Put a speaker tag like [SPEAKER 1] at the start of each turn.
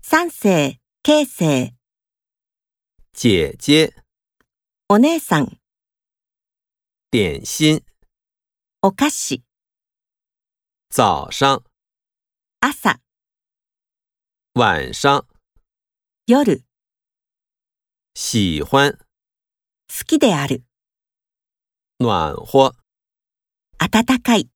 [SPEAKER 1] 三世、慶世、
[SPEAKER 2] 姐姐、
[SPEAKER 1] お姉さん、
[SPEAKER 2] 点心、
[SPEAKER 1] お菓子、
[SPEAKER 2] 早上、
[SPEAKER 1] 朝、
[SPEAKER 2] 晚上、
[SPEAKER 1] 夜、
[SPEAKER 2] 喜欢、
[SPEAKER 1] 好きである、
[SPEAKER 2] 暖和。
[SPEAKER 1] 暖かい。